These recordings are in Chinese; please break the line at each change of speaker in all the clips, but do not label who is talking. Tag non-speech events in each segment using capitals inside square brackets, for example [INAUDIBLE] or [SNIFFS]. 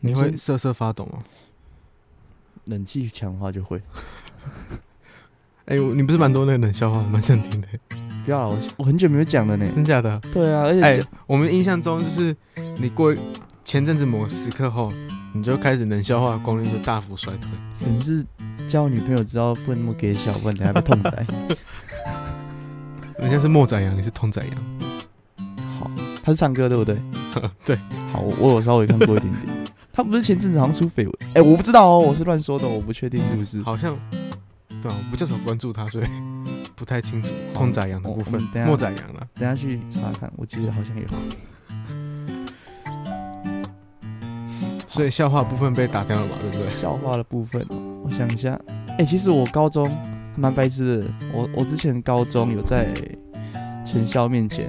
你
男
会
生
瑟瑟发抖吗？
冷气强的话就会。
哎、我你不是蛮多那个冷笑话，我蛮想听的，
不要了，啊我我很久没有讲了呢。
真假的？
对啊，而且
哎、
讲
我们印象中就是你过前阵子某个时刻后，你就开始冷笑话，功率就大幅衰退。
可能是交女朋友知道不能那么给小，不然等下被痛
[LAUGHS]
宰。
人家是莫宰羊，你是通宰羊。 [LAUGHS]
好，他是唱歌对不对？
对，
好，我我有稍微看过一点点。他不是前阵子好像出绯闻？哎、我不知道哦，我是乱说的，我不确定是不是。
好像对啊，我不较少关注他，所以 [LAUGHS] 不太清楚通宰羊的部分
我我们等一，下
莫宰羊啊了。
等下去查看，我记得好像有。
所以笑话部分被打掉了嘛，对不对？
笑话的部分，我想一下。哎、其实我高中蛮白痴的，我我之前高中有在全校面前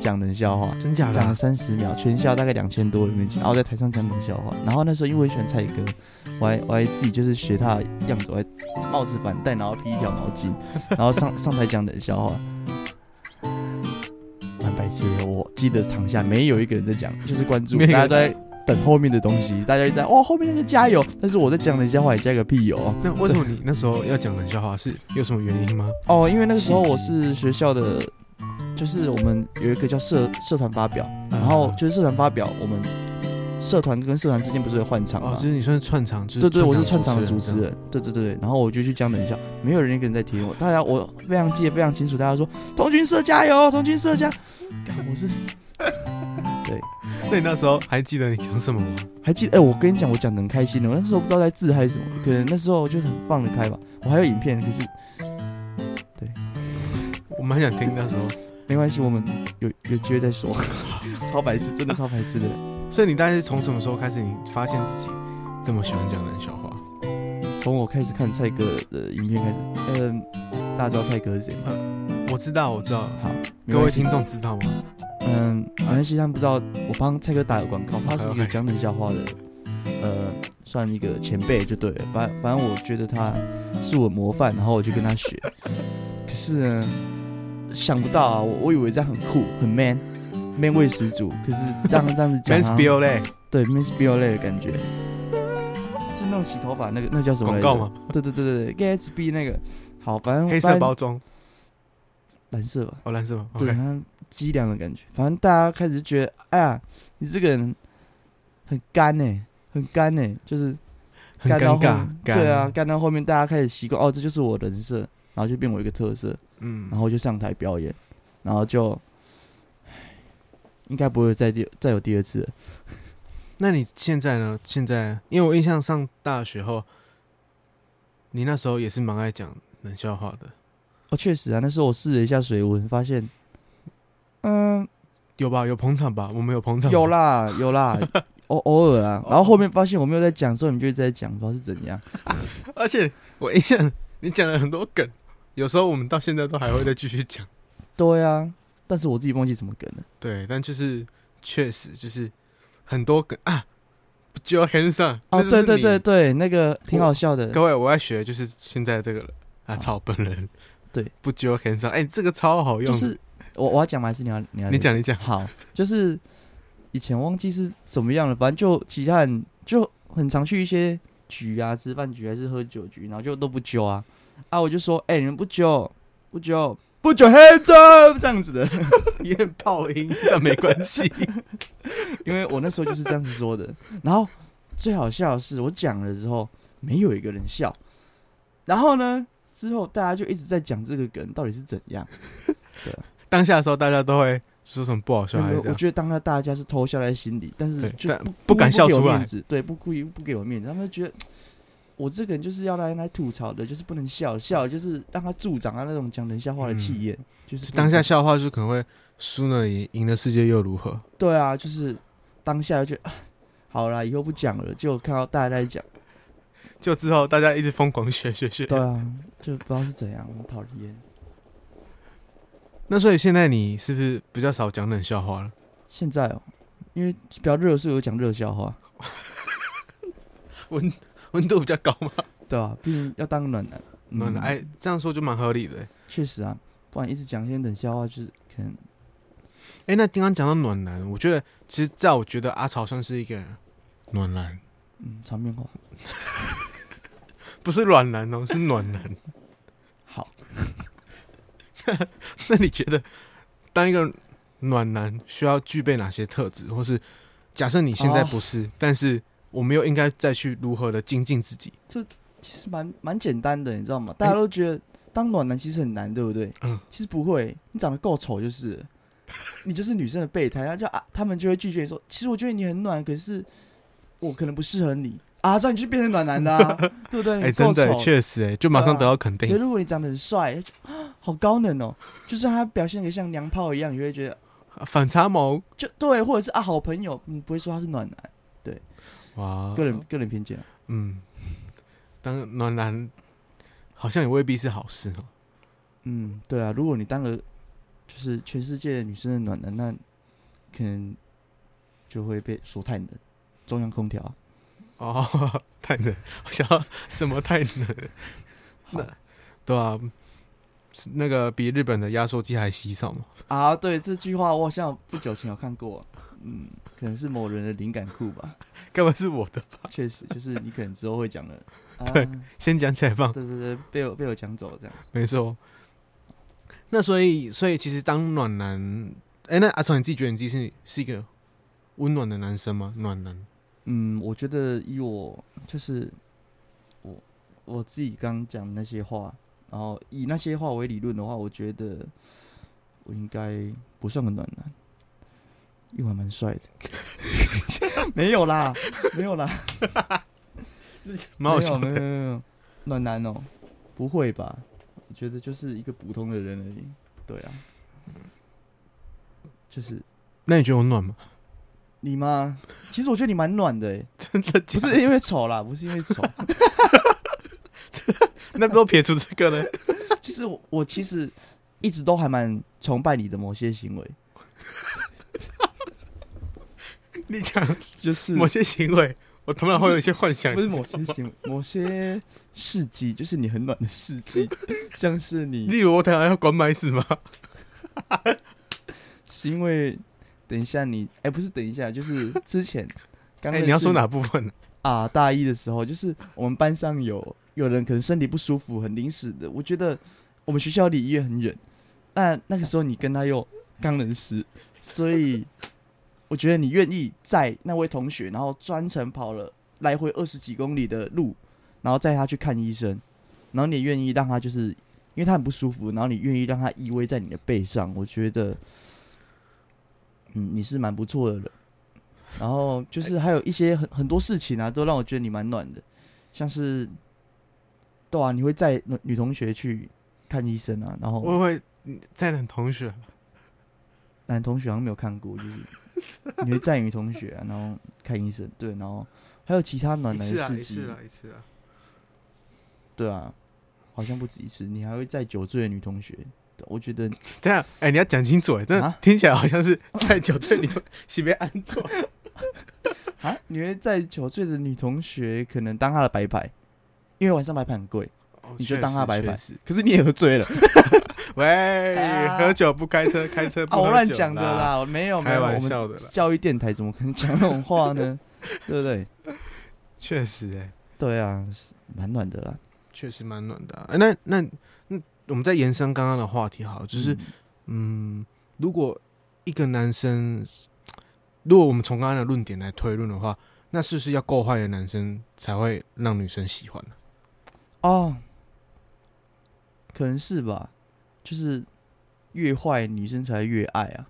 讲冷笑话，
真假的
讲
啊、
了三十秒，全校大概两千多人面前，然后在台上讲冷笑话。然后那时候因为我很喜欢蔡哥，我还我还自己就是学他的样子，我还帽子反戴，然后披一条毛巾，然后上上台讲冷笑话。蛮白痴的，我记得场下没有一个人在讲，就是关注，
没有
大家都在等后面的东西，大家一直在哦后面那个加油，但是我在讲冷笑话，也加个屁油、哦。
那为什么你那时候要讲冷笑话？是有什么原因吗？
哦，因为那个时候我是学校的，就是我们有一个叫社社团发表，然后
嗯
就是社团发表，我们社团跟社团之间不是有换场
哦
吗，
就？是你算是串场，就是
对对，我是串场的主
人
持
这样。
人，对对对，然后我就去讲冷笑，没有人一个人在听我，大家我非常记得非常清楚，大家说同军社加油，同军社加，干我是
那你那时候还记得你讲什么吗？
还记得，哎、我跟你讲，我讲的很开心的，我那时候不知道在自嗨什么，可能那时候就很放得开吧，我还有影片，可是
我蛮想听那时候。
没关系，我们有有机会再说， [LAUGHS] 超白痴，真的超白痴的。
所以你大概是从什么时候开始，你发现自己这么喜欢讲冷笑话？
从我开始看蔡哥的影片开始，嗯、大家知道蔡哥是谁吗？
我知道，我知道，
好，没
各位
关系
听，众知道吗？
嗯，没关系，他们不知道我帮蔡哥打个广告，他是一个
OK，OK
讲冷笑话的，呃，算一个前辈就对了，反反正我觉得他是我模范，然后我就跟他学， [LAUGHS] 可是呢，想不到啊，我我以为这样很酷，很 man。man 味十足，可是让这样子讲
[LAUGHS] Man's
啊，
Bill 嘞，
对 Miss Bill 类的感觉，就是那种洗头发那个，那叫什么
广
来着
告？吗？
对对对对对，Gatsby 那个，好，反正反
黑色
正
包装，
蓝色吧，
哦，蓝色包。
对，
OK，
它激凉的感觉。反正大家开始觉得，哎呀，你这个人很干呢、很干呢、欸就是
很
干到
尴
后
尬。干
对啊，，干到后面大家开始习惯，哦，这就是我人设，然后就变我一个特色，
嗯
然，后就上台表演，然后就，唉应该不会再第再有第二次了。
那你现在呢？现在，因为我印象上大学后，你那时候也是蛮爱讲冷笑话的，
哦，确实啊，那时候我试了一下水温，发现，嗯，
有吧？有捧场吧？我们有捧场，
有。啦有
[LAUGHS]
啦，偶偶尔
哦
啊。然后后面发现我没有在讲的时候，你就一直在讲，不知道是怎样。
而且我印象你讲了很多梗，有时候我们到现在都还会再继续
[LAUGHS]
讲。
对啊，但是我自己忘记什么梗了。
对，但就是确实就是很多梗啊，就要 hands on
哦，
那就是
对对
你
对对，那个挺好笑的。
各位，我要学就是现在这个了啊，草本人
哦对，
不揪很少，哎、这个超好用，
就是我我要讲吗？还是你要你要
你讲你讲，
好，就是以前忘记是怎么样了，反正就其他人就很常去一些局啊，吃饭局还是喝酒局，然后就都不揪啊啊，我就说，哎、你们不揪不揪不揪 hands up 这样子的， [LAUGHS]
有点爆音，但没关系。
因为我那时候就是这样子说的。然后最好笑的是，我讲了之后没有一个人笑，然后呢，之后大家就一直在讲这个梗到底是怎样。
当下的时候，大家都会说什么不好笑
没
还
有
是
我
这样，
觉得当下大家是偷笑在心里，但是
对，
就
但
不
不敢笑
给我
出来
面。子对，不故意不给我面子，他们就觉得。我这个人就是要来来吐槽的，就是不能笑，笑就是让他助长他那种讲冷笑话的气焰，就是不能
嗯当下笑话就可能会输了赢，赢了世界又如何？
对啊，就是当下就觉得啊好啦，以后不讲了。结果看到大家在讲，
就之后大家一直疯狂学学学。
对啊，就不知道是怎样，很讨人厌。
那所以现在你是不是比较少讲冷笑话了？ [LAUGHS]
现在哦，因为比较热，所以我讲热笑话，
温温度比较高嘛？
对吧、毕竟要当暖男，嗯
暖男哎、这样说就蛮合理的、
确实啊，不然一直讲一些冷笑话，就是可能
哎、那刚刚讲到暖男，我觉得其实在我觉得阿草算是一个暖男
嗯，长面话。
不是软男哦，是暖男。
好，
[LAUGHS] 那你觉得当一个暖男需要具备哪些特质，或是假设你现在
哦
不是，但是我们又应该再去如何的精进自己？
其实蛮蛮简单的，你知道吗？大家都觉得当暖男其实很难，对不对？
哎嗯，
其实不会，你长得够丑就是
[LAUGHS]
了，你就是女生的备胎，那就啊，他们就会拒绝你说，其实我觉得你很暖，可是我可能不适合你啊，这样你就变成暖男
[LAUGHS]
啦、对不对？
哎、
你够
真的
丑
确实哎、就马上
对啊
得到肯定
可。是如果你长得很帅，就啊好高冷哦，就是他表现的像娘炮一样，你会觉得
啊反差萌，
就对，或者是啊好朋友，你不会说他是暖男，
哇，
个人个人偏见啊。
嗯，当暖男好像也未必是好事哦。
嗯，对啊，如果你当个就是全世界女生的暖男，那可能就会被说太冷，中央空调啊、
哦，太冷，我想要什么太冷？
好
对啊，是那个比日本的压缩机还稀少嘛？
啊，对这句话，我好像不久前有看过，嗯，可能是某人的灵感库吧，
该不会是我的？
确实就是你可能之后会讲的， [LAUGHS] 啊、
对先讲起来放，
对对对，被我被我讲走这样，
没错。那所以，所以其实当暖男，哎、那阿长你自己觉得你自己是是一个温暖的男生吗？暖男，
嗯，我觉得以我就是我我自己刚讲的那些话，然后以那些话为理论的话，我觉得我应该不算个暖男，因为我还蛮帅的， [LAUGHS] 没有啦，没有啦，
蛮
没
好
有
笑
没有
的。
没有没有暖男哦，不会吧？我觉得就是一个普通的人而已，对啊，就是
那你觉得我暖吗？ [LAUGHS]
你吗？其实我觉得你蛮暖的、欸，
真的假
不
的？
是因为丑啦，不是因为丑。
那都撇除这
[LAUGHS]
个呢？
其实我我其实一直都还蛮崇拜你的某些行为，
你讲
就是
某些行为，我头脑会有一些幻想。
不是某些行为， [LAUGHS] 某些事迹，就是你很暖的事
[LAUGHS]
迹，像是你
例如我等下要关麦是吗？
是因为等一下你哎、不是等一下，就是之
[LAUGHS]
前刚
哎、
认识
你要说哪部分呢、
啊？大一的时候，就是我们班上有有人可能身体不舒服，很临时的，我觉得我们学校离医院很远，那那个时候你跟他又刚认识，所以我觉得你愿意载那位同学，然后专程跑了来回二十几公里的路，然后载他去看医生，然后你也愿意让他就是因为他很不舒服，然后你愿意让他依偎在你的背上，我觉得，嗯，你是蛮不错的人。然后就是还有一些很很多事情啊，都让我觉得你蛮暖的，像是，对啊，你会载女女同学去看医生啊，然后
我会嗯在男同学
男同学好像没有看过，
[LAUGHS]
就是你会载女同学、啊，然后看医生，对，然后还有其他暖
一
男
次
的
啊，
事
一
迹
次，啊，一次啊。
对啊，好像不止一次，你还会载酒醉的女同学，对我觉
[LAUGHS]
得
等一下，哎、你要讲清楚哎、真的
啊
听起来好像是在酒醉里头洗别安
[LAUGHS]
坐。
啊，你会载酒醉的女同学可能当她的白牌，因为晚上白牌很贵，
哦
你就当他白白。
确实确实
可是你也喝醉
[LAUGHS]
了
喂，
啊
喝酒不开车，开车不
啊，
喝酒
我乱讲的。啦，我没有没
开
有，
玩
我们
笑的啦，
教育电台怎么可能讲那种话呢？ [LAUGHS] 对不对？
确实哎、
对啊，是蛮暖的啦，
确实蛮暖的啊、哎那那那，我们再延伸刚刚的话题好了，就是
嗯
嗯，如果一个男生，如果我们从刚刚的论点来推论的话，那是不是要够坏的男生才会让女生喜欢呢？。
哦，可能是吧，就是越坏女生才越爱啊。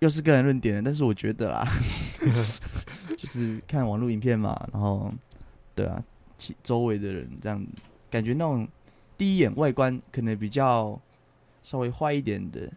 又是个人论点了，但是我觉得啦， [LAUGHS] 就是看网络影片嘛，然后对啊，其周围的人这样子，感觉那种第一眼外观可能比较稍微坏一点的，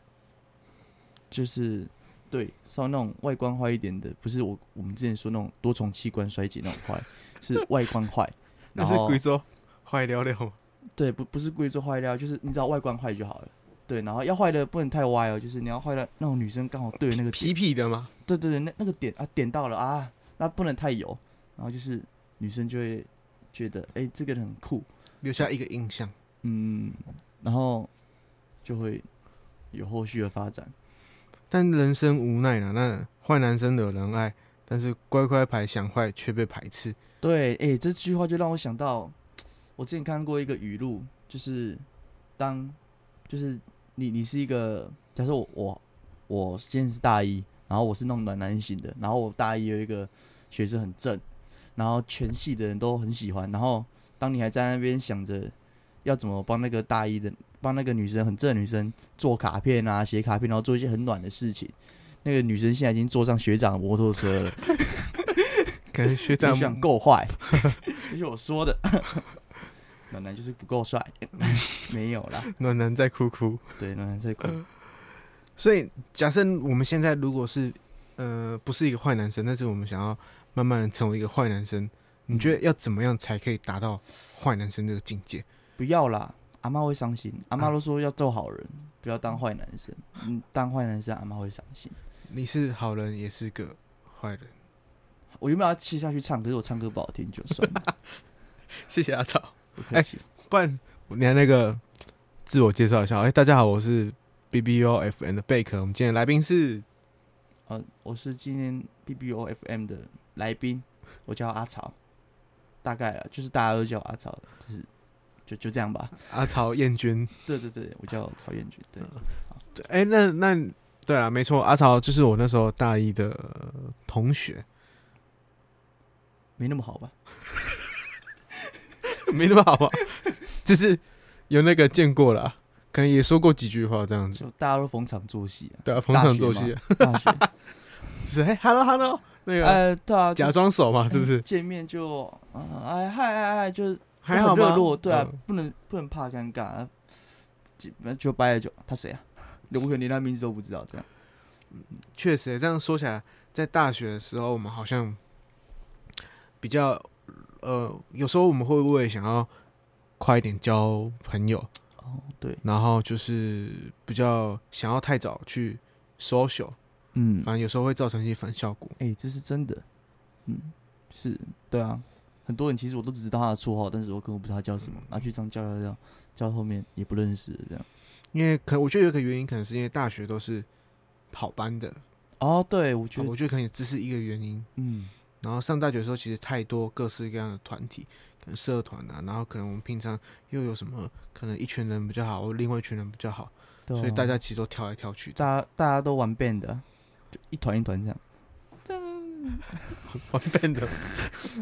就是对稍微那种外观坏一点的，不是我我们之前说那种多重器官衰竭那种坏，是外观坏
[LAUGHS] 那
然
是
后。
贵州坏聊聊吗？
对，不不是故意做坏料，就是你只要外观坏就好了。对，然后要坏的不能太歪哦，就是你要坏到那种女生刚好对那个点，
皮皮的吗？
对对对，那那个点啊点到了啊，那不能太油，然后就是女生就会觉得哎、这个人很酷，
留下一个印象。
嗯，然后就会有后续的发展。
但人生无奈了，那坏男生惹人爱，但是乖乖牌想坏却被排斥。
对，哎、这句话就让我想到，我之前看过一个语录，就是当就是你你是一个，假设我我我今天是大一，然后我是那种暖男型的，然后我大一有一个学生很正，然后全系的人都很喜欢，然后当你还在那边想着要怎么帮那个大一的帮那个女生很正的女生做卡片啊，写卡片，然后做一些很暖的事情。那个女生现在已经坐上学长的摩托车了，
感觉学
这
[LAUGHS] 长
想够 [LAUGHS] 坏，这是我说的。 [LAUGHS] 暖男就是不够 [LAUGHS] 帅，没有啦。
暖男在哭哭。
对，暖男最酷。
所以假设我们现在如果是呃不是一个坏男生，但是我们想要慢慢的成为一个坏男生，你觉得要怎么样才可以达到坏男生这个境界？
不要啦，阿妈会伤心。阿妈
啊
都说要做好人，不要当坏男生。嗯，当坏男生阿妈会伤心。
你是好人也是个坏人。
我原本要切下去唱，可是我唱歌不好听，就算 [LAUGHS] 了，
谢谢阿草，
不客气。
不然你来那个自我介绍一下。哎、大家好，我是 B B O F N 的贝壳，我们今天的来宾是
呃，我是今天 B B O F M 的来宾，我叫阿草，大概了，就是大家都叫我阿草，就是就就这样吧。
阿草燕君。
对对对，我叫曹彦君。对，
对，哎、那那对了，没错，阿草就是我那时候大一的呃同学，
没那么好吧？
[LAUGHS] 没那么
[LAUGHS]
好吧？就是有那个见过了，可能也说过几句话这样子。
就大家都逢场作戏啊。
对啊，逢场作戏啊，
大学，
是哎，hello hello，那
[LAUGHS]
个
呃，对啊，
假装手嘛，是不是？
见面就，呃哎嗨嗨嗨，就是
还好
很热
吗？
络，对啊
嗯，
不能不能怕尴尬，啊基本上就掰了就他谁啊？ [LAUGHS] 我可能连他名字都不知道，这样
确实，这样说起来，在大学的时候，我们好像比较呃，有时候我们会不会想要快一点交朋友，
哦，对，
然后就是比较想要太早去 social，
嗯
反，正有时候会造成一些反效果。
哎，这是真的，嗯，是，对啊，很多人其实我都只知道他的绰号，但是我根本不知道他叫什
嗯
么，拿去这样叫叫叫叫后面也不认识了这样。
因为可我觉得有一个原因，可能是因为大学都是跑班的，
哦，对，我觉得，
我觉得可能也这是一个原因。
嗯，
然后上大学的时候，其实太多各式各样的团体，可能社团啊，然后可能我们平常又有什么，可能一群人比较好，或另外一群人比较好，
对啊
所以大家其实都跳来跳去的。
大家大家都玩 band 的啊，就一团一团这样
玩 band 的，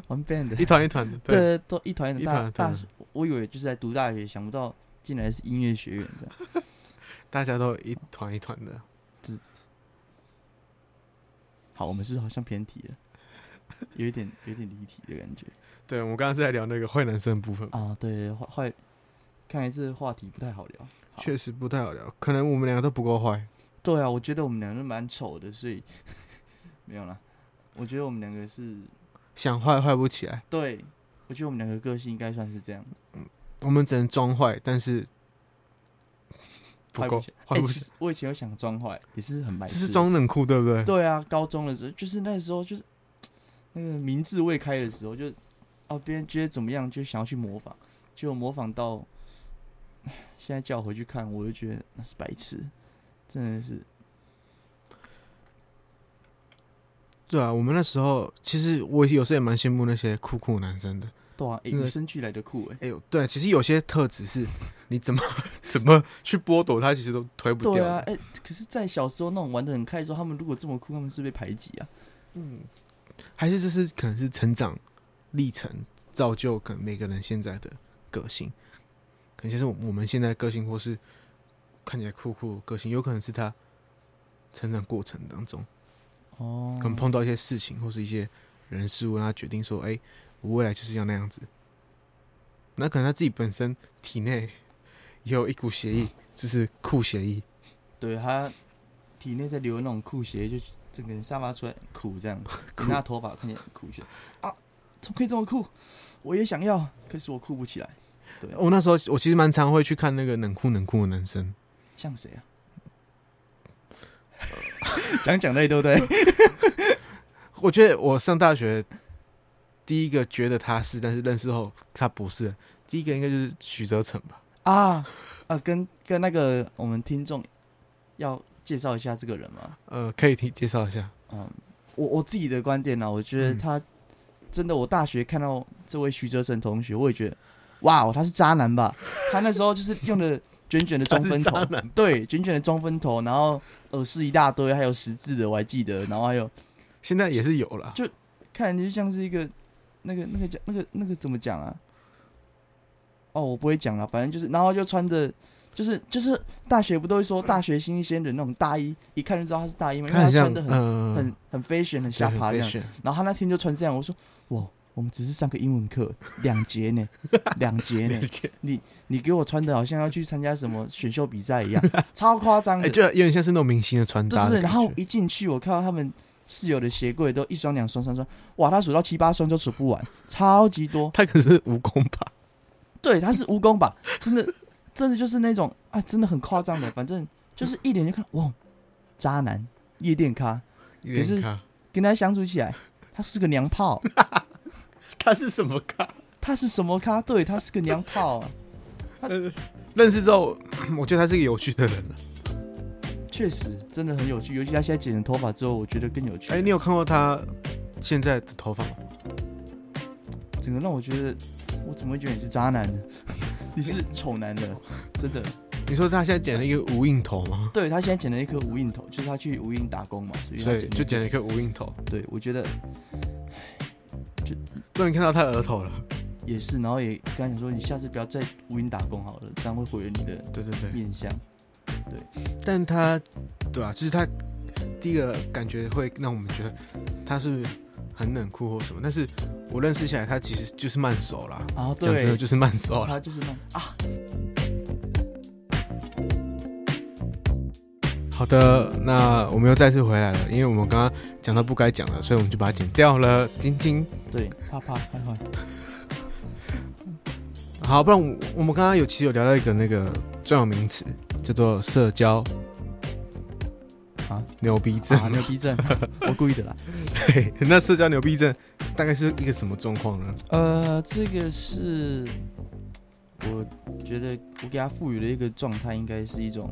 玩 band 的
[LAUGHS] 一，团一团的，对，
对，都一团一
一
团
团
大大
对
学，我以为就是在读大学，想不到竟然是音乐学院的。
大家都一团一团的。
好，我们是不是好像偏题了，有一点有一点离题的感觉
对，我们刚刚是在聊那个坏男生的部分，
啊。对，坏坏，看来这话题不太好聊。好
确实不太好聊，可能我们两个都不够坏。
对啊，我觉得我们两个蛮丑的，所以没有啦。我觉得我们两个是
想坏坏不起来，
对，我觉得我们两个个性应该算是这样，
我们只能装坏，但是不
坏
够
起来
坏
哎
不
其
起来。
实我以前有想装坏，也是很白
这
痴的事。
是装冷酷，对 [LAUGHS] 不对？
对啊，高中的时候，就是那时候就是那个明智未开的时候，就哦别人觉得怎么样，就想要去模仿，就模仿到唉现在叫我回去看，我就觉得嗯那是白痴，真的是
对啊，我们那时候其实我有时候也蛮羡慕那些酷酷男生的。
对啊，诶
真的
与生俱来的酷哎、
哎呦，对，其实有些特质是你怎么怎么去剥夺他，其实都推不掉
对啊
的。，
哎、可是，在小时候那种玩的很开的时候，他们如果这么酷，他们是被排挤啊。
嗯，还是这是可能是成长历程造就可能每个人现在的个性，可能就是我我们现在个性或是看起来酷酷的个性，有可能是他成长过程当中
哦
可能碰到一些事情或是一些人事物，让他决定说，哎、我未来就是要那样子。那可能他自己本身体内也有一股血液，就是酷血液。
对他体内在流那种酷血，就整个人散发出来很酷这样，
酷
你那头发看起来很酷炫啊，怎么可以这么酷？我也想要，可是我酷不起来。对，
我那时候我其实蛮常会去看那个冷酷冷酷的男生，
像谁啊？ [LAUGHS] 讲讲累对不对？
我觉得我上大学第一个觉得他是，但是认识后他不是。第一个应该就是许哲成吧？
啊啊，跟跟那个我们听众要介绍一下这个人嘛。
呃，可以提介绍一下。
嗯，我我自己的观点呢，我觉得
嗯
他真的，我大学看到这位徐哲成同学，我也觉得，哇哦，他是渣男
[LAUGHS]
吧？他那时候就是用的卷卷的中分头
他是渣男，
对，卷卷的中分头，然后耳饰一大堆，还有十字的，我还记得，然后还有
[LAUGHS] 现在也是有了
就，看上去像是一个那个那个叫那个那个怎么讲啊？哦，我不会讲了，反正就是，然后就穿着。就是就是大学不都会说大学新鲜人那种大衣，一看就知道他是大一嘛，因为
看
他
很像
穿的很、
嗯
很很 fashion 很下爬这样。
样，
然后他那天就穿这样，我说哇，我们只是上个英文课，两节
[LAUGHS]
呢，两节呢
了，解
你给我穿的好像要去参加什么选秀比赛
[LAUGHS]
一样，超夸张的。
哎，就有点像是那种明星的穿
对
搭
对
的
对，
感觉。
然后一进去，我看到他们室友的鞋柜都一双、两双、三双，哇，他数到七八双都数不完，超级多。
他可是蜈蚣吧？
对，他是蜈蚣吧？真的，真的就是那种啊，真的很夸张的，反正就是一脸就看哇，渣男、夜店咖，
可
是跟他相处起来，他是个娘炮。
他是什么咖？
他是什么咖？对，他是个娘炮、啊，
认识之后， [CLEARS THROAT] 我觉得他是个有趣的人了。啊
确实真的很有趣。尤其他现在剪了头发之后，我觉得更有趣。
哎，你有看过他现在的头发吗？
整个让我觉得，我怎么会觉得你是渣男呢？ [LAUGHS] 你是丑男了，真的。
你说他现在剪了一个无印头吗？
对他现在剪了一颗无印头，就是他去无印打工嘛，所以他
所以
剪了
就剪了一个无印头，
对，我觉得
终于看到他的额头了。
也是。然后也跟他讲说，你下次不要在无印打工好了，这样会毁了你的
对对对，
面相。
但他，对啊，就是他第一个感觉会让我们觉得他是很冷酷或什么，但是我认识下来，他其实就是慢熟啦。
啊，
讲真的
对，
就是慢熟啦。
他就是那啊，
好的，那我们又再次回来了，因为我们刚刚讲到不该讲的，所以我们就把它剪掉了。晶晶，
对，啪啪坏
[LAUGHS]
坏，
好，不然我我们刚刚有其实有聊到一个那个专有名词，叫做社交
啊
牛逼症。
啊，牛逼症，我故意的啦。
对，那社交牛逼症大概是一个什么状况呢？
呃，这个是我觉得我给他赋予的一个状态，应该是一种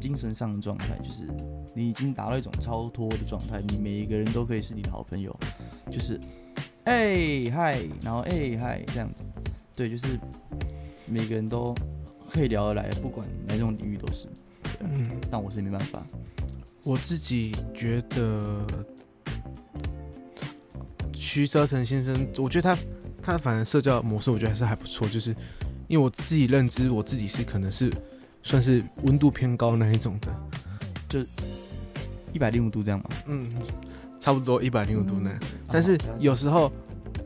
精神上的状态，就是你已经达到一种超脱的状态，你每一个人都可以是你的好朋友，就是哎嗨，然后哎嗨这样子，对，就是每个人都可以聊得来，不管哪种领域都是，啊
嗯，
但我是没办法，
我自己觉得徐哲成先生，我觉得他他反正社交模式，我觉得还是还不错，就是因为我自己认知，我自己是可能是算是温度偏高那一种的，
一百零五度这样嘛，
嗯，哦差不多一百零五度那样。但
啊
是
了解
有时候，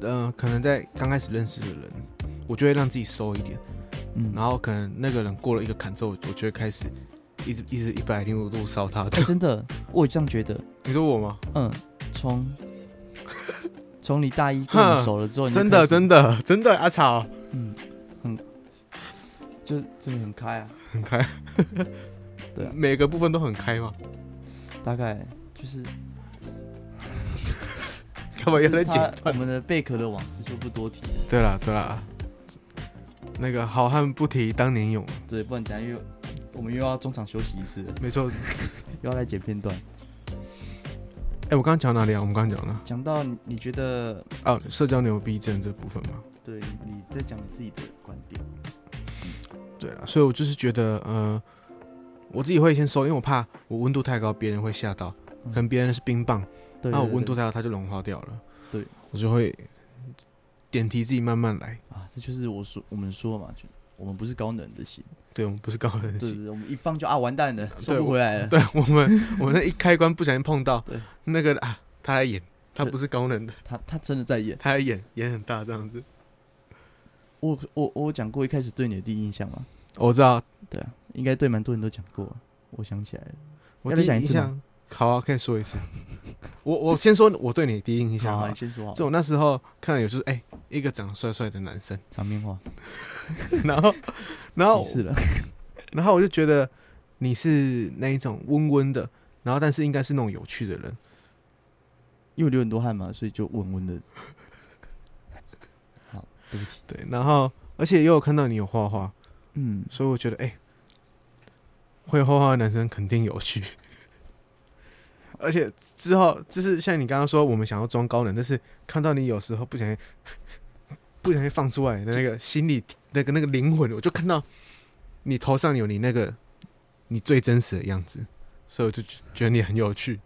呃，可能在刚开始认识的人，我就会让自己收一点，
嗯
然后可能那个人过了一个坎之后，我就会开始一直一直一百零五度烧他。
哎真的，我也这样觉得，
你说我吗？
嗯，
[LAUGHS]
从从你大一跟我们熟了之后，
真的真
的，
的真的，阿草。
嗯，很就真的很开啊，
很开，
[LAUGHS] 对啊
每个部分都很开嘛，
大概就是
干嘛要来
他
剪
我
断？
们的贝壳的往事就不多提了，
对啦对啦，那个好汉不提当年勇，
对，不然等下又我们又要中场休息一次了，
没错。
又要来剪片段。
哎、我刚刚讲哪里啊？我们刚刚讲了
讲到你你觉得，
啊，社交牛逼症这部分嘛。
对，你在讲你自己的观点，
对啦，所以我就是觉得，呃，我自己会先收，因为我怕我温度太高，别人会吓到，
嗯
可能别人是冰棒，啊
对，
那我
对
温度
对
太高，它就融化掉了。
对，
我就会点题自己慢慢来。
啊，这就是我说我们说嘛，就我们不是高能的心，
对，我们不是高人
对
系
对，对我们一放就啊完蛋了，收不回来了，
[LAUGHS] 对我们，我们那一开关不小心碰到
[LAUGHS] 对
那个啊，他来演，他不是高能的，
他他真的在演。
他来演演很大这样子。
我我我有讲过一开始对你的第一印象吗？
我知道，
对啊，应该对蛮多人都讲过了。我想起来了，
我
要再
第一
讲一
印
次吗
象，好啊，可以说一次。 [LAUGHS] 我我先说我对你的第一印象
好
好
啊，
了
你，先说好
就
了。
我那时候看到有就是哎、一个长得帅帅的男生， [LAUGHS]
场面话
然后然后
几次了？
然后我就觉得你是那一种温温的，然后但是应该是那种有趣的人，
因为我流很多汗嘛，所以就温温的。好，对不起。
对，然后而且也有看到你有画画，
嗯，
所以我觉得哎、会画画的男生肯定有趣。 [LAUGHS] 而且之后就是像你刚刚说，我们想要装高能，但是看到你有时候不小心不小心放出来的那个心里那个那个灵魂，我就看到你头上有你那个你最真实的样子，所以我就觉觉得你很有趣。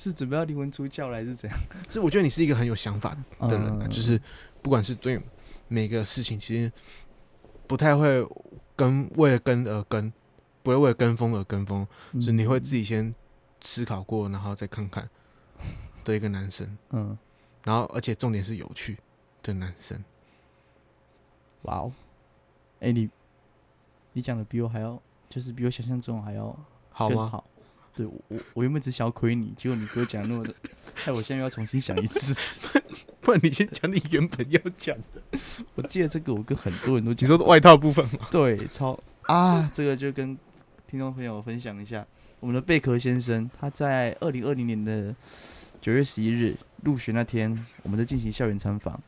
是准备要灵魂出窍了还是怎样？
是我觉得你是一个很有想法的人、啊，
嗯
就是不管是对每个事情，其实不太会跟为了跟而跟，不会为了跟风而跟风，
嗯
是你会自己先思考过，然后再看看的一个男生。
嗯，
然后而且重点是有趣的男生。
哇哦，哎、你你讲的比我还要，就是比我想象中还要
好
更
吗？
好。对我我我原本只想要亏你，结果你给我讲那么的， [LAUGHS] 害我现在又要重新想一次。
[LAUGHS]
[LAUGHS]
不然你先讲你原本要讲的。
我记得这个我跟很多人都
你
讲，
说外套部分吗？
对，超啊，这个就跟听众朋友分享一下，我们的贝壳先生他在二零二零年的九月十一日入学那天，我们在进行校园参访。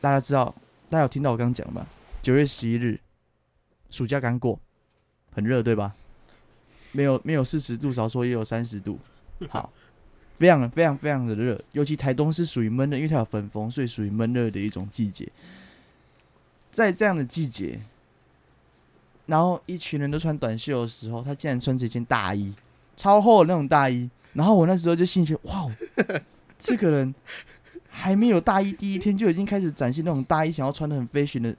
大家知道，大家有听到我刚刚讲吧？九月十一日，暑假刚过，很热对吧？没有没有四十度，少说也有三十度，好，非常非常非常的热。尤其台东是属于闷热，因为它有焚风，所以属于闷热的一种季节。在这样的季节，然后一群人都穿短袖的时候，他竟然穿着一件大衣，超厚的那种大衣。然后我那时候就心里觉得，哇，哦这个人还没有大一第一天就已经开始展现那种大一想要穿的很 fashion 的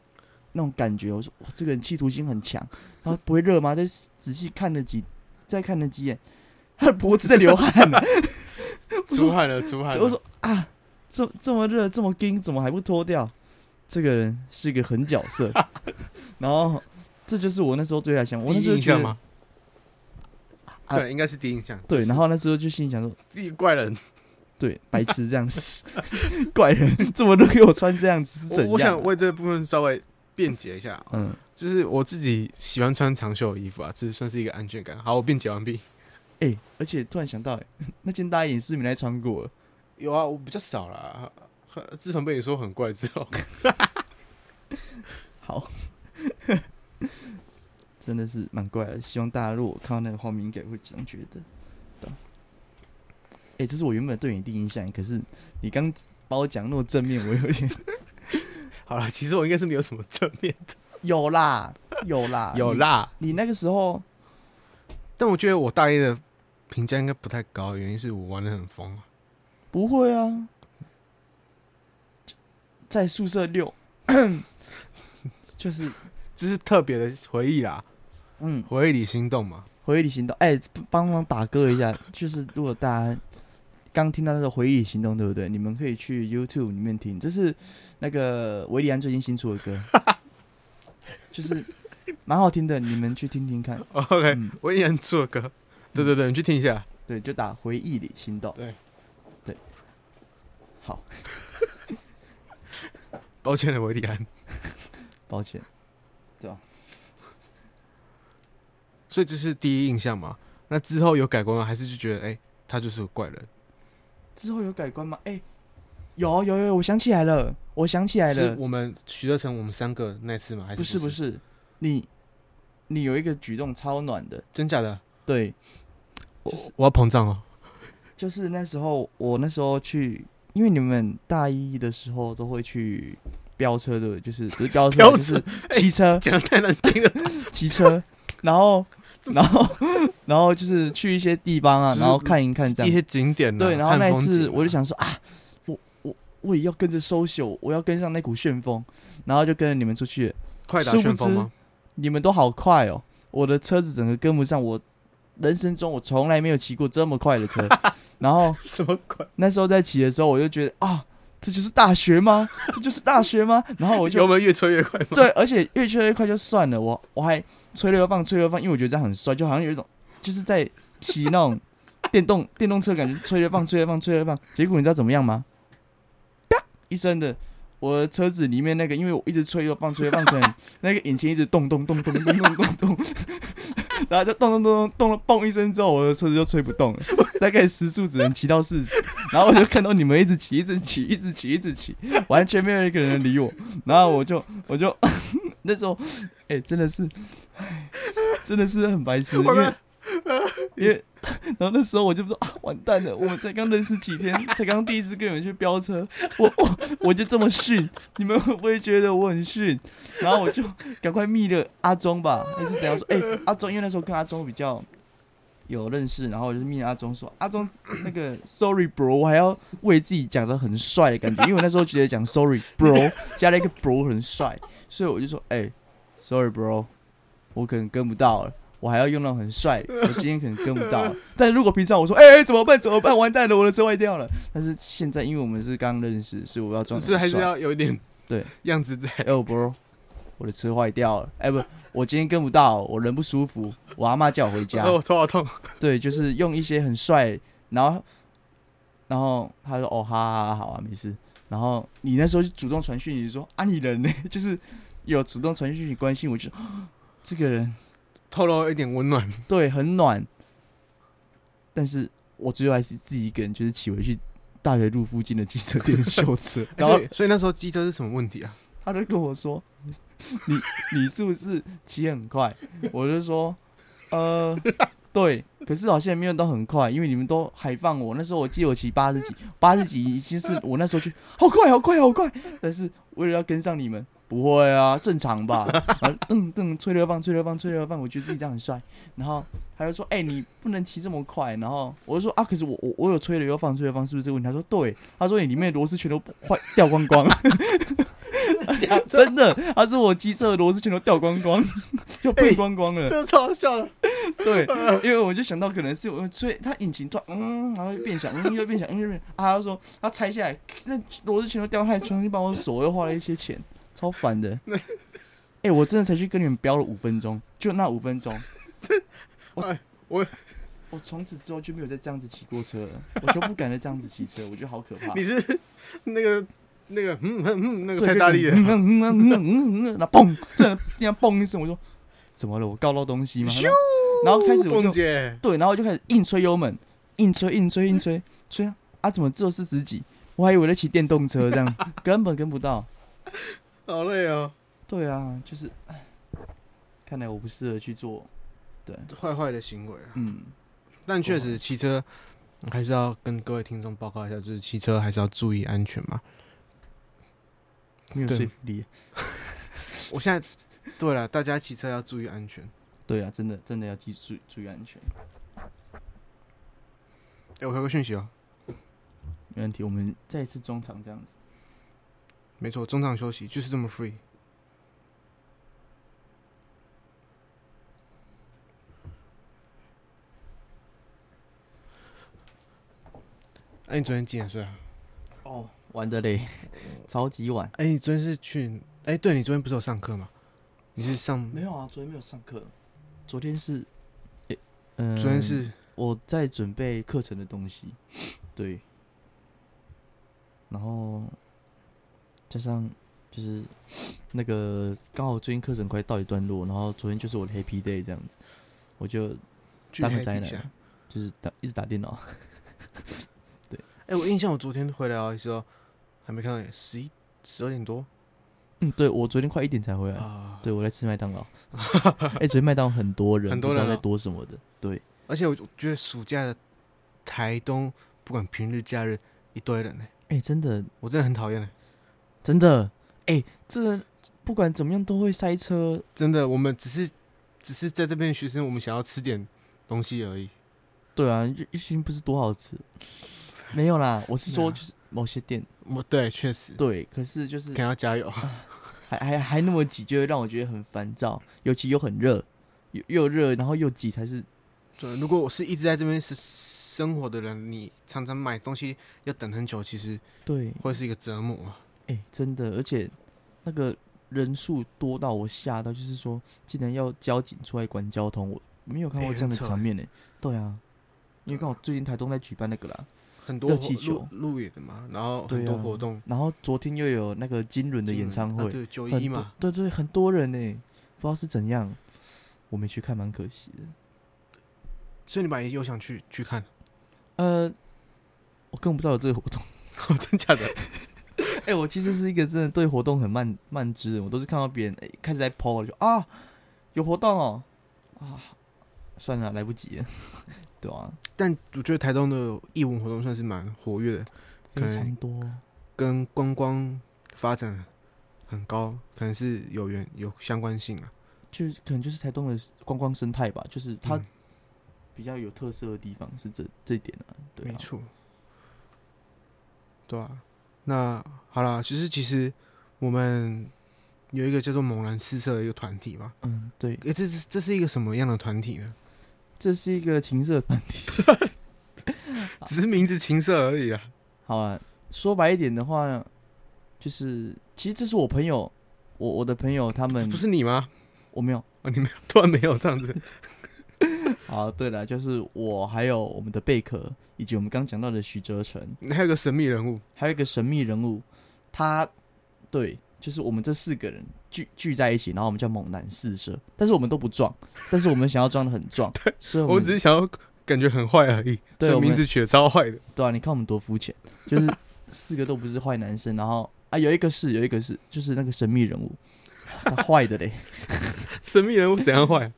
那种感觉。我说，哇，这个人企图心很强。然后不会热吗？再仔细看了几，再看了几眼，他的脖子在流汗啊呢。
出汗了，出汗了。
我说啊，这这么热，这么冰，怎么还不脱掉？这个人是一个狠角
[LAUGHS]
色。然后这就是我那时候对他想，我
第
那
一
时候
印
觉
象
得
吗？
啊
对，应该是第一印象。
对，
就是
然后那时候就心里想说，
自己怪人。
对，白痴这样子， [LAUGHS] 怪人这么热给我穿这样子是怎
我
样、啊
我想为这部分稍微辩解一下啊，
嗯，
就是我自己喜欢穿长袖的衣服啊，这算是一个安全感。好，我辩解完毕。
哎、而且突然想到、哎， [LAUGHS] 那件大衣也是没来穿过了，
有啊，我比较少啦。自从被你说很怪之后，
好，真的是蛮怪的。希望大家如果看到那个画面，应该会这样觉得。对啊，哎、这是我原本对你第一印象，可是你刚把我讲那么正面，我有点
[LAUGHS] 好了，其实我应该是没有什么正面的，
有啦，有啦，
[LAUGHS] 有啦。
你。你那个时候，
但我觉得我大一的评价应该不太高，原因是我玩的很疯啊。
不会啊，在宿舍六， [COUGHS] 就是
就是特别的回忆啦，
嗯，
回忆里心动嘛。
回忆里行动，哎、帮忙打歌一下，就是如果大家刚听到那个回忆里行动，对不对？你们可以去 YouTube 里面听，这是那个维里安最近新出的歌，就是蛮好听的，你们去听听看。
[LAUGHS] OK，、
嗯
我依然出了歌，对对对，你去听一下。
对，就打回忆里心动。
对，
对，好，
抱歉了，维里安。
抱歉，
所以这是第一印象嘛。那之后有改观吗？还是就觉得哎、他就是个怪人？
之后有改观吗？哎、有有有，我想起来了，我想起来了
是，我们许乐成我们三个那次吗？还是
不是不
不？
是，你你有一个举动超暖的，
真假的？
对。
我
就是
我要膨胀哦。
就是那时候，我那时候去，因为你们大一的时候都会去飙车的，就是不是飙车啊，
飙
就
车哎
是骑
[LAUGHS]
车，
讲的太难听了，
骑车，然后，然后，然后就是去一些地方啊，
就是
然后看一看这
一
样。
些景点啊
对，然后那
看
一
风景
次
啊
我就想说啊，我我我也要跟着 social，我要跟上那股旋风，然后就跟着你们出去了，
快打
殊不
旋风
知
吗？
你们都好快哦！我的车子整个跟不上，我人生中我从来没有骑过这么快的车。然后
[LAUGHS] 什么 [LAUGHS] 鬼？
那时候在骑的时候，我就觉得啊，这就是大学吗？这就是大学吗？然后我
油
就
门越吹越快吗？
对，而且越吹越快就算了，我我还吹了又放，吹了又放，因为我觉得这样很帅，就好像有一种就是在骑那种电动电动车感觉，吹了放，吹了放，吹了放。结果你知道怎么样吗？啪一声的，我的车子里面那个，因为我一直吹又放，吹又放，可能那个引擎一直动动动动动动动动，然后就动动动动动了，嘣一声之后，我的车子就吹不动了，大概时速只能骑到四十，然后我就看到你们一直骑，一直骑，一直骑，一直骑，完全没有一个人理我，然后我就我就那时候，哎哎、真的是，唉真的是很白痴，因
我
为 [LAUGHS]
们
因为然后那时候我就说啊，完蛋了，我们才刚认识几天，才刚第一次跟你们去飙车，我我我就这么逊， [LAUGHS] 你们会不会觉得我很逊？然后我就赶快密了阿忠吧，还是怎样说？哎、阿忠，因为那时候跟阿忠比较有认识，然后我就密了阿忠说，阿忠那个 sorry bro，我还要为自己讲的很帅的感觉，因为我那时候觉得讲 sorry bro 加了一个 bro 很帅，所以我就说，哎、s o r r y bro，我可能跟不到了。我还要用那种很帅，我今天可能跟不到。但如果平常我说，哎、哎怎么办？怎么办？完蛋了，我的车坏掉了。但是现在，因为我们是刚认识，所以我要装得
所以还
很
是
帅。
要有一点
对
样子 [LAUGHS] 在。
哎、我 bro，我的车坏掉了。哎、不，我今天跟不到，我人不舒服，我阿妈叫我回家
[LAUGHS] 然。后我哦头好痛，
对，就是用一些很帅，然后，然后他说哦，哈哈哈，好啊，没事。然后你那时候就主动传讯息说啊，你人呢？ [LAUGHS] 就是有主动传讯息关心我就，这个人
透露一点温暖。
对很暖，但是我最后还是自己一个人，就是骑回去大学路附近的汽车店修车，然
[LAUGHS] 然
后
后，所以那时候机车是什么问题啊？
他就跟我说：“ [LAUGHS] 你你是不是骑很快？” [LAUGHS] 我就说：“呃，对，可是好像也没有到很快，因为你们都海放我。那时候我记得我骑八十几，八十几已经是我那时候去好快，好快，好快。但是为了要跟上你们，不会啊，正常吧？然后嗯嗯，吹流棒，吹流棒，吹流棒，我觉得自己这样很帅。然后他就说：‘哎、你不能骑这么快。’然后我就说：‘啊，可是我我我有吹流棒，吹流棒是不是这个问题？’他说：‘对。’他说：‘你里面的螺丝全都坏掉光光。’真的，他说我机车的螺丝全都掉光光，就喷光光了。
这超笑的，
[LAUGHS]
[LAUGHS]
对，因为我就想到可能是我吹他引擎转，嗯，然后又变响，嗯，又变响，嗯，又变响啊。他说他拆下来，那螺丝全都掉下来，重新帮我锁，又花了一些钱，超烦
[LAUGHS]
的。哎、我真的才去跟你们飙了五分钟，就那五分
[LAUGHS]
钟。我
哎我
[LAUGHS] 我从此之后就没有再这样子骑过车了，我就不敢再这样子骑车，我觉得好可怕。
你是 [LAUGHS] 那个那个嗯嗯嗯那个
对
太大力了，
嗯嗯嗯嗯嗯嗯，那嘣， [LAUGHS] 真的那样嘣一声，我说怎么了？我告到东西吗？然后开始我
蹦
就
姐，
对，然后我就开始硬吹油门，硬吹硬
嗯
吹硬吹，吹啊啊！怎么只有四十几？我还以为在骑电动车这样， [LAUGHS] 根本跟不到。
好累哦，
对啊，就是，唉看来我不适合去做。对，
坏坏的行为啊。
嗯，
但确实骑车嗯还是要跟各位听众报告一下，就是骑车还是要注意安全嘛。
没有
对
说服力。
我现在对了，大家骑车要注意安全。
对啊，真的真的要记注注意安全。
哎、我回个讯息哦，
没问题，我们再一次中场这样子。
没错，中场休息就是这么 free。哎、你昨天几点睡啊？
哦，玩的 [LAUGHS] 嘞，超级晚。
哎、你昨天是去？哎、对你昨天不是有上课吗？你是上？
没有啊，昨天没有上课，昨天是，诶嗯、
昨天是
我在准备课程的东西，对，然后加上就是 [SNIFFS] 那个刚好最近课程快到一段落，然后昨天就是我的 Happy Day 这样子，我就
去
大概
happy
在
一
哪
下。
就是打一直打电脑， [LAUGHS]
哎、我印象我昨天回来的时候还没看到你，十一十二点多
嗯，对我昨天快一点才回来，
啊。
对我来吃麦当劳， [LAUGHS] 哎、昨天麦当劳很多人，
很多
不知道
人
在
哦
多什么的，对，
而且我觉得暑假的台东，不管平日假日，一堆人呢、
哎、真的
我真的很讨厌呢。
真的，哎、这不管怎么样都会塞车，
真的，我们只是只是在这边的学生，我们想要吃点东西而已。
对啊，就一心不是多好吃，没有啦，我是
没
说
有
就是某些店
我对，确实，
对，可是就是
可能要加油。
还还还那么挤，就会让我觉得很烦躁，尤其又很热，又又热，然后又挤才是
对，如果我是一直在这边是生活的人，你常常买东西要等很久，其实
对，
会是一个折磨啊。
哎、真的，而且那个人数多到我吓到，就是说竟然要交警出来管交通，我没有看
哎
过这样的
很扯
场面呢、对啊，因为刚好最近台东在举办那个啦，
很多
热
活
气球
路路野的嘛，然后
对
很多
啊
活动，
然后昨天又有那个金轮的演唱会
啊、，对，九
很
一
多
嘛，
对对，很多人呢、不知道是怎样，我没去看，蛮可惜的。
所以你本来又想去去看， [LAUGHS]
呃，我根本不知道有这个活动。 [LAUGHS]
哦，真假的？
哎、我其实是一个真的对活动很慢慢知的，我都是看到别人哎、开始在 PO 了，就啊有活动哦，啊算了，来不及了， [LAUGHS] 对啊，
但我觉得台东的义文活动算是蛮活跃的，
非常多，
跟观光发展很高，可能是有缘有相关性啊。
就可能就是台东的观光生态吧，就是它
嗯
比较有特色的地方是这这一点啊，对
没
啊，
错，对啊。那好啦，其实其实我们有一个叫做“猛然四射”的一个团体吧。
嗯，对，
诶、这是这是一个什么样的团体啊呢？
这是一个情色团体。啊
只是名字情色而已啊。
好啊，说白一点的话，就是其实这是我朋友，我我的朋友他们
不是你吗？
我没有
哦，你们突然没有这样
[LAUGHS]
子。
啊。对了，就是我还有我们的贝壳，以及我们刚讲到的徐哲成，
还有个神秘人物，
还有一个神秘人物，他对，就是我们这四个人聚聚在一起，然后我们叫猛男四射，但是我们都不壮，但是我们想要装的很
[LAUGHS]
壮，所以我
我
们
只是想要感觉很坏而已，
嗯对
所以
我们
名字取得超坏
[LAUGHS]
的。
对啊，你看我们多肤浅，就是四个都不是坏男生，然后啊有一个是有一个是就是那个神秘人物，他坏的嘞，
神秘人物怎样
[LAUGHS]
坏？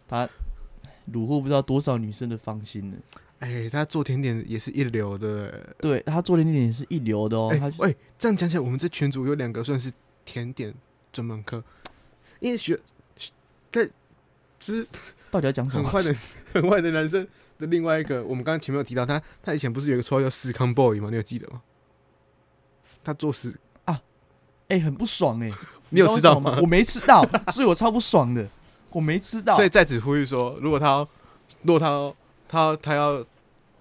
虏获不知道多少女生的芳心呢。
哎、他做甜点也是一流的。
对他做的那点是一流的哦，
哎、
他
喂、这样讲起来，我们这群组有两个算是甜点专门科，因为学在就是
到底要讲什
很
么？
坏的 [LAUGHS] 很坏的男生的另外一个，我们刚刚前面有提到他，他以前不是有一个绰号叫“思康 boy” 吗？你有记得吗？他做事
哎、很不爽哎、
你有
知
吃到
为什么
吗
我没吃到，所以我超不爽的，我没吃到。
所以在此呼吁说，如果他要，如果他要，他要他要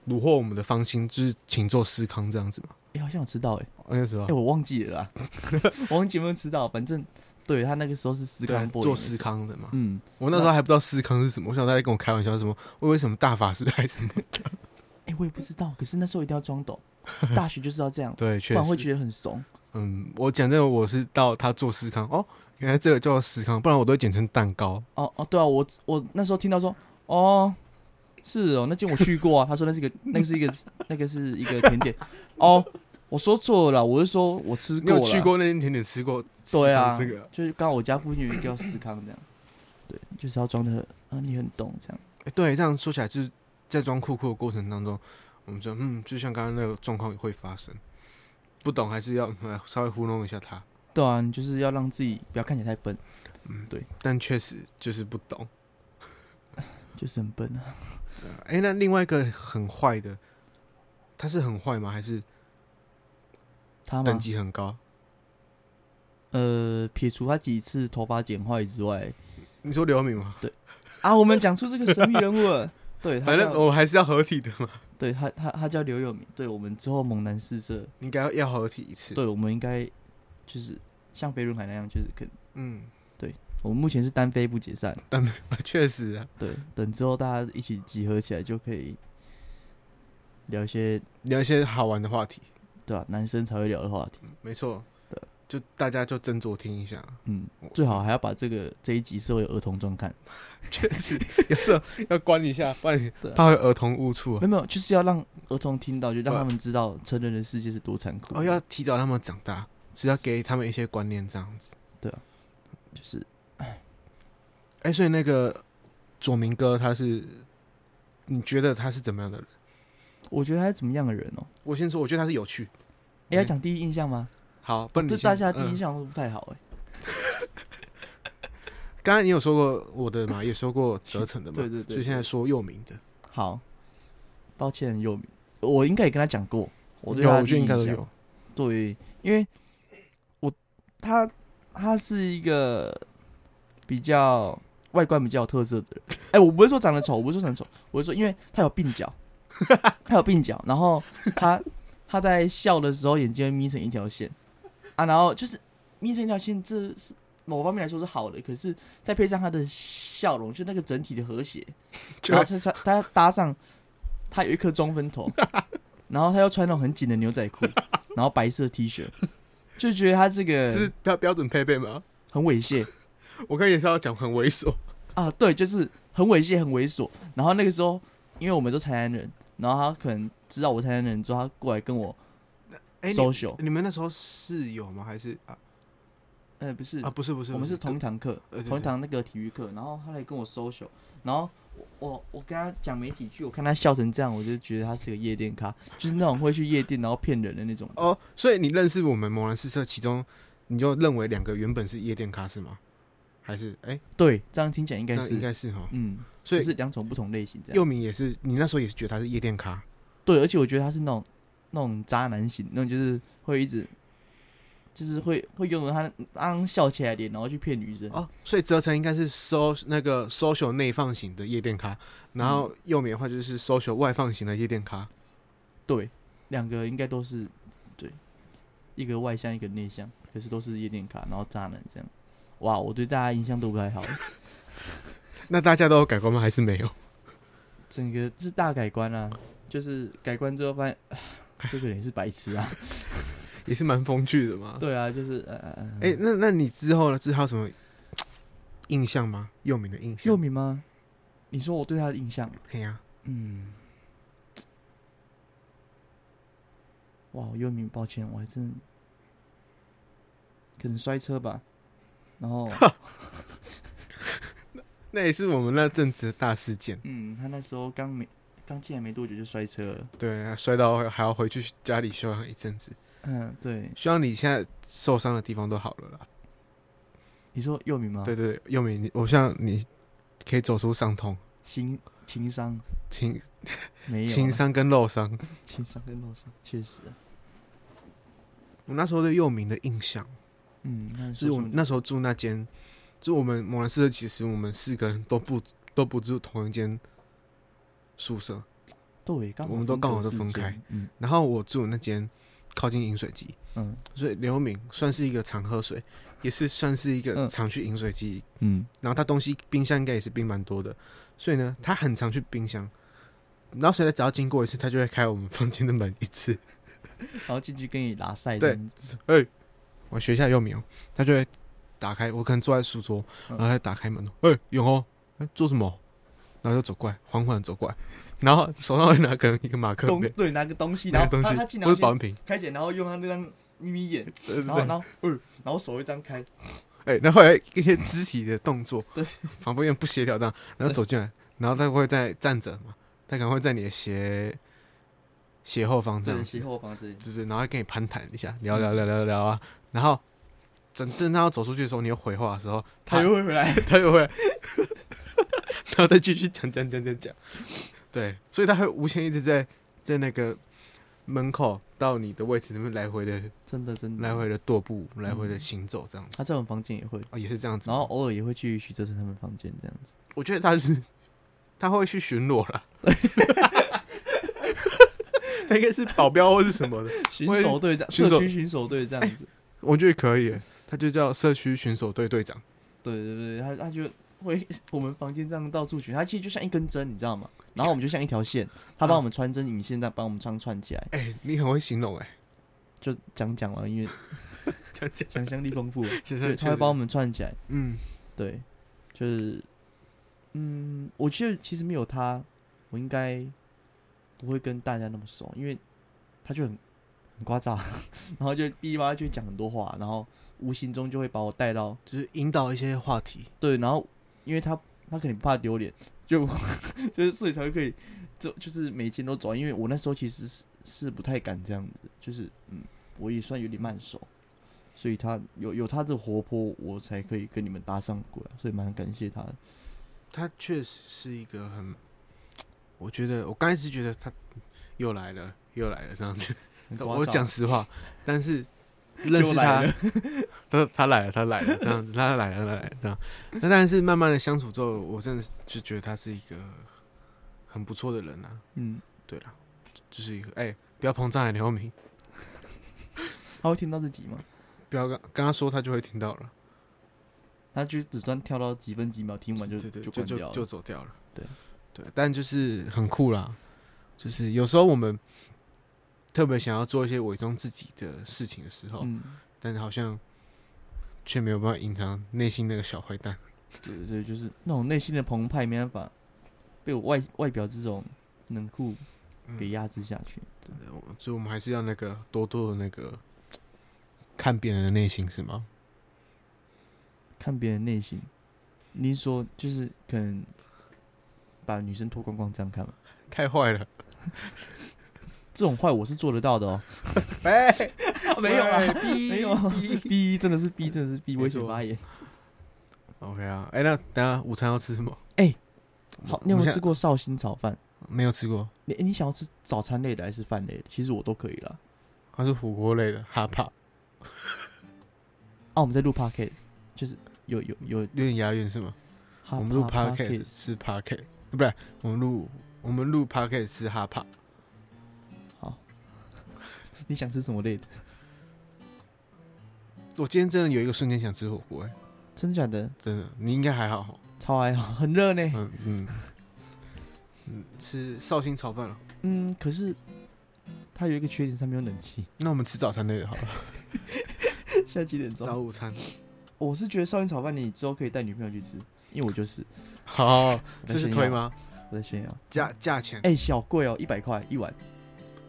虏获我们的芳心，就是请做思康这样子嘛，
哎、好像有吃到哎、
那个时候啊
哎、，我忘记了啦， [LAUGHS] 我忘记有没有吃到，反正对他那个时候是思
对
康
啊
boy，
做
没
思
错
康的嘛。
嗯，
我那时候还不知道思康是什么，我想他在跟我开玩笑，什么我以为什么大法师还是什么，
哎、我也不知道，可是那时候一定要装懂，大学就是要这样，
对，
不
确
然会
实，
觉得很怂。
嗯，我讲真的，我是到他做思康，哦，原来这个叫思康，不然我都会简称蛋糕。
哦哦，对啊，我我那时候听到说，哦，是哦，那间我去过啊。他说那是一个，那个是一个，那个是一个甜点。哦，我说错了啦，我是说我吃
你
过
有
了，
去过那间甜点吃过？
对啊，
思康这个，
就是刚好我家附近有一个叫思康这样，对，就是要装的啊，你很懂这样。
哎对，这样说起来，就是在装酷酷的过程当中，我们说，嗯，就像刚刚那个状况也会发生，不懂还是要呃稍微糊弄一下他，
对啊，你就是要让自己不要看起来太笨，
但确实就是不懂。
就是很笨啊。
哎、那另外一个很坏的，他是很坏吗？还是
他
等
嘛，
级很高？
呃，撇除他几次头发剪坏之外，
你说刘敏吗？
啊，我们讲出这个神秘人物了。对，他
反正
叫
我还是要合体的嘛， [LAUGHS]
对他他他叫刘有明，对我们之后猛男四射。
应该要合体一次。，
对，我们应该就是像飞轮海那样，就是可
嗯， [LAUGHS]
我们目前是单飞不解散，
确实啊，
对，等之后大家一起集合起来就可以聊一些
聊一些好玩的话题，
对吧、啊男生才会聊的话题，
没错
对。
就大家就斟酌听
[LAUGHS]
一下，
嗯
我，
最好还要把这个这一集设为儿童专看，
确实有时候要关
[LAUGHS]
一下，不然
对啊
怕会儿童误触啊
没。有没有，就是要让儿童听到，就让
对
他们知道成人的世界是多残酷的，
哦，要提早让他们长大，是要给他们一些观念这样子。
就是
哎、所以那个左明哥他是，你觉得他是怎么样的人？
我觉得他是怎么样的人哦、
我先说，我觉得他是有趣。
哎，要
嗯
讲第一印象吗？
好，不
对
然你先
哦大家的第一印
嗯
象都不太好哎、
刚刚你有说过我的嘛，也说过折成的
[LAUGHS]
嘛，
对对对
所以现在
对
说佑明的，
好，抱歉，有我应该也跟他讲过，我对
有，
他
我
的
觉得
第一
应该都
印象
有。
对，因为我他他是一个比较外观比较有特色的人。 [LAUGHS] 哎、我不是说长得丑，我不是说长得丑，我是说因为他有鬓
[LAUGHS]
角，他有鬓角，然后他他在笑的时候眼睛会眯成一条线啊，然后就是眯成一条线，这是某方面来说是好的，可是再配上他的笑容，就那个整体的和谐，
就 [LAUGHS]
然后他他他搭上，他有一颗中分头，然后他又穿那种很紧的牛
[LAUGHS]
仔裤，然后白色 T 恤，就觉得他这
这是
个
他标准配备吗？
很猥亵
我刚也是要讲很猥琐，
啊，对，就是很猥亵，很猥琐。然后那个时候，因为我们都台南人，然后他可能知道我台南人之后，他过来跟我
哎、你
social，
你们那时候室友吗？还是啊
呃，不是
啊？不是不是，
我们是
不
同一堂课
呃对，
同一
对
堂那个体育课，然后他来跟我 social，然后我我跟他讲没几句，我看他笑成这样，我就觉得他是个夜店咖，就是那种会去夜店然后骗人的那种。
哦，所以你认识我们某人试车，其中你就认为两个原本是夜店咖是吗？还是哎，
对，这样听起来应
这
该
样应
是，
该是哈。
嗯，
所以
就是两种不同类型这样。
佑明也是，你那时候也是觉得他是夜店咖，
对，而且我觉得他是那种那种渣男型，那种就是会一直。就是会会用他刚笑起来的脸，然后去骗女生。
哦，所以泽成应该是 so 那个 social 内放型的夜店咖，然后
嗯
右明的话就是 social 外放型的夜店咖。
对，两个应该都是对，一个外向，一个内向，可是都是夜店咖，然后渣男这样。哇，我对大家印象都不太好，
那大家都有改观吗？还是没有？ [LAUGHS]
整个就是大改观啊，就是改观之后发现，啊这个人是白痴
[LAUGHS]
啊。
也是蛮风趣的嘛。
对啊，就是呃呃，呃
哎、那那你之后呢？之后有什么印象吗？佑明的印象？
佑敏吗？你说我对他的印象，
嘿呀、
嗯，哇，佑敏，抱歉，我还真可能摔车吧，然后
那也是我们那阵子的大事件。
嗯，他那时候刚没刚进来没多久就摔车了。
对，啊摔到还要回去家里休养一阵子。
嗯，对，
希望你现在受伤的地方都好了啦。
你说幼敏吗？
对，对对，佑明，你我希望你可以走出伤痛，
情情商
轻
没有啊
轻，伤跟肉伤。
情商跟肉伤确实啊，
我那时候对佑明的印象，
嗯，那
是我们
那
那时候住那间，就我们某兰社，其实我们四个人都不都不住同一间宿舍，
对，刚好
我们都刚好
隔
都
时
分
间
开，
嗯
然后我住那间靠近饮水机，
嗯
所以刘敏算是一个常喝水，也是算是一个
嗯
常去饮水机，
嗯，
然后他东西冰箱应该也是冰蛮多的，所以呢，他很常去冰箱。然后谁在只要经过一次，他就会开我们房间的门一次。 [LAUGHS]
然后进去跟你拉塞
对
这样子，
我学一下幼苗，他就会打开，我可能坐在书桌，然
嗯
后他打开门，哎、永红、哎做什么？然后就走过来，缓缓地走过来，然后手上会拿可能一个马克
东
杯，
对拿个东西，然
拿
后
个东
他
西
他进，来
或
我
者保
先
温瓶，
开起来，然后用他那张眯眯眼，
对对
然后
对
然后嗯，然后手会这样开，
哎，那后来一些肢体的动作
[LAUGHS] 对，
仿佛有点不协调这样，然后走进来，然后他会在站着嘛，他可能会在你的斜斜后方这样
对，
子
斜，后方这里，
就是然后还跟你攀谈一下，聊聊聊聊聊啊，然后等等他要走出去的时候，你又回话的时候， [LAUGHS]
他又会回 [LAUGHS] 来，
他又会， [LAUGHS] 然后再继续讲讲讲讲讲，对，所以他会无限一直在在那个门口到你的位置那边来回的
真的真
来
的，
回的踱步，来回的行走这样子
他在我们房间也会，
哦，也是这样
嗯
子。
然后偶尔也会去徐哲成他们房间这样子，
我觉得他是他会去巡逻 [LAUGHS] 啦，他应该是保镖或是什么的，
巡
会
守队这样，
巡守
社区巡守队这样子。
我觉得可以耶，他就叫社区巡守队队长。
[LAUGHS] 对对对，他他就会我们房间这样到处巡，他其实就像一根针，你知道吗？然后我们就像一条线，他帮我们穿针引线，再帮我们这样串起来，
哎、你很会形容哎、
就讲讲完， [LAUGHS] 因为
讲讲
想象力丰 [LAUGHS] 富，
其
对，
实
他会帮我们串起来，
嗯，
对，就是嗯，我觉得其实没有他，我应该不会跟大家那么熟，因为他就很。很夸张， [LAUGHS] 然后就哔哩吧啦就讲很多话，然后无形中就会把我带到
就是引导一些话题。
对，然后因为他他肯定不怕丢脸，就 [LAUGHS] 就是所以才会可以，就就是每天都走。因为我那时候其实是是不太敢这样子，就是嗯，我也算有点慢熟，所以他有有他的活泼，我才可以跟你们搭上轨啊，所以蛮感谢他的。
他确实是一个很，我觉得我刚开始觉得他又来了又来了这样子，
很
我
聒噪
讲实话，但是认识他， [LAUGHS] 他他来了，他来了，这样子，他来了，他来了，这样。那但是慢慢的相处之后，我真的是就觉得他是一个很不错的人啊。
嗯，
对了，就就是一个哎、不要膨胀，刘明，
他会听到这集吗？
不要跟跟他说，他就会听到了，
他就只算跳到几分几秒，听完就
对对，
就
就
关
就
掉了。
就走掉了。
对
对，但就是很酷啦，就是有时候我们特别想要做一些伪装自己的事情的时候，
嗯，
但是好像却没有办法隐藏内心那个小坏蛋。
对对对，就是那种内心的澎湃，没办法被我外外表这种冷酷给压制下去。
所以呃我们还是要那个多多的那个看别人的内心是吗？
看别人内心，你是说就是可能把女生脱光光这样看嘛。
[LAUGHS] 太坏了！
这种坏我是做得到的哦。
哎，
没有啊
喂， [LAUGHS] 逼
没有啊
逼
[LAUGHS] 逼真的是逼，真的是逼，
没
危险
错
发言。
[LAUGHS] OK 啊，哎、那等下午餐要吃什么？
哎
我，
好，你有没
我们
有
现
吃
在
过绍兴炒饭？
没有吃过，
你你想要吃早餐类的还是饭类的？其实我都可以啦。
它是火锅类的，哈帕，
啊，我们在录 podcast，就是有有有，
有点押韵是吗？
哈
我们录
哈
podcast 吃 podcast，不对，我们录我们录 podcast 吃哈帕，
好，你想吃什么类的？
我今天真的有一个瞬间想吃火锅、哎，
真的假的？
真的，你应该还好吼，
超爱好，很热呢。
嗯嗯嗯，吃绍兴炒饭了。
嗯，可是它有一个缺点，它没有冷气。
那我们吃早餐类的好了，
现在几点
早
钟？
午餐。
我是觉得绍兴炒饭你之后可以带女朋友去吃，因为我就是
好，
我在
这是
炫
推
耀？
吗？
我在炫耀。
价价钱，
哎、小贵哦，一百块一碗，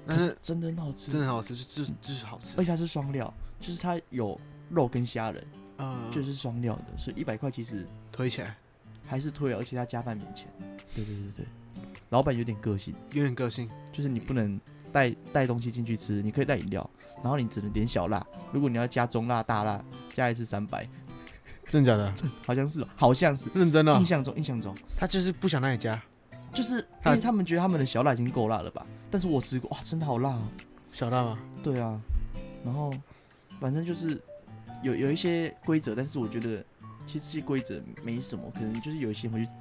但
可
是哎
是真的很好吃，
真的很好吃，就就就是好吃
而。且它是双料，就是它有肉跟虾仁，
嗯，
就是双料的，所以一百块其实
推起来，
还是推了，而且它加半免钱。对对对对，老板有点个性，
有点个性。
就是你不能带带东西进去吃，你可以带饮料，然后你只能点小辣，如果你要加中辣、大辣，加一次三百，
真的假的？
好像是吧，哦好像是。
[LAUGHS] 认真哦
印。象中，印象中，
他就是不想让你加
就是因
他
为他们觉得他们的小辣已经够辣了吧？但是我吃过，哇，真的好辣、哦。
小辣吗？
对啊，然后反正就是有有一些规则，但是我觉得其实这些规则没什么，可能就是有一些人会去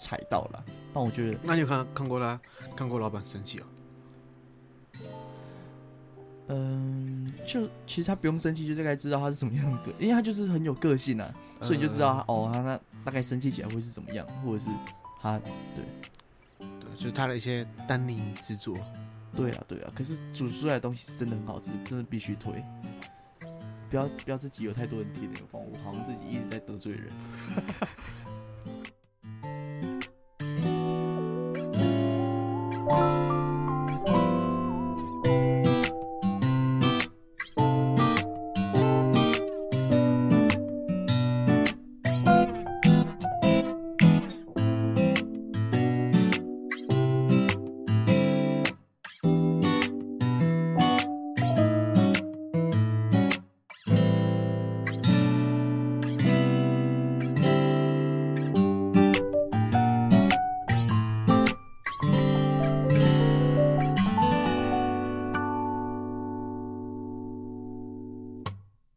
踩到了。但我觉得
那你有看看过他看过老板生气哦？
嗯，就其实他不用生气，就大概知道他是什么样的个，因为他就是很有个性啊，所以你就知道他、哦，他那大概生气起来会是怎么样，或者是啊他
嗯，对，就是他的一些单宁之作。
对啊对啊。可是煮出来的东西是真的很好吃，真的必须推。不要不要自己有太多人贴脸帮我，好像自己一直在得罪人。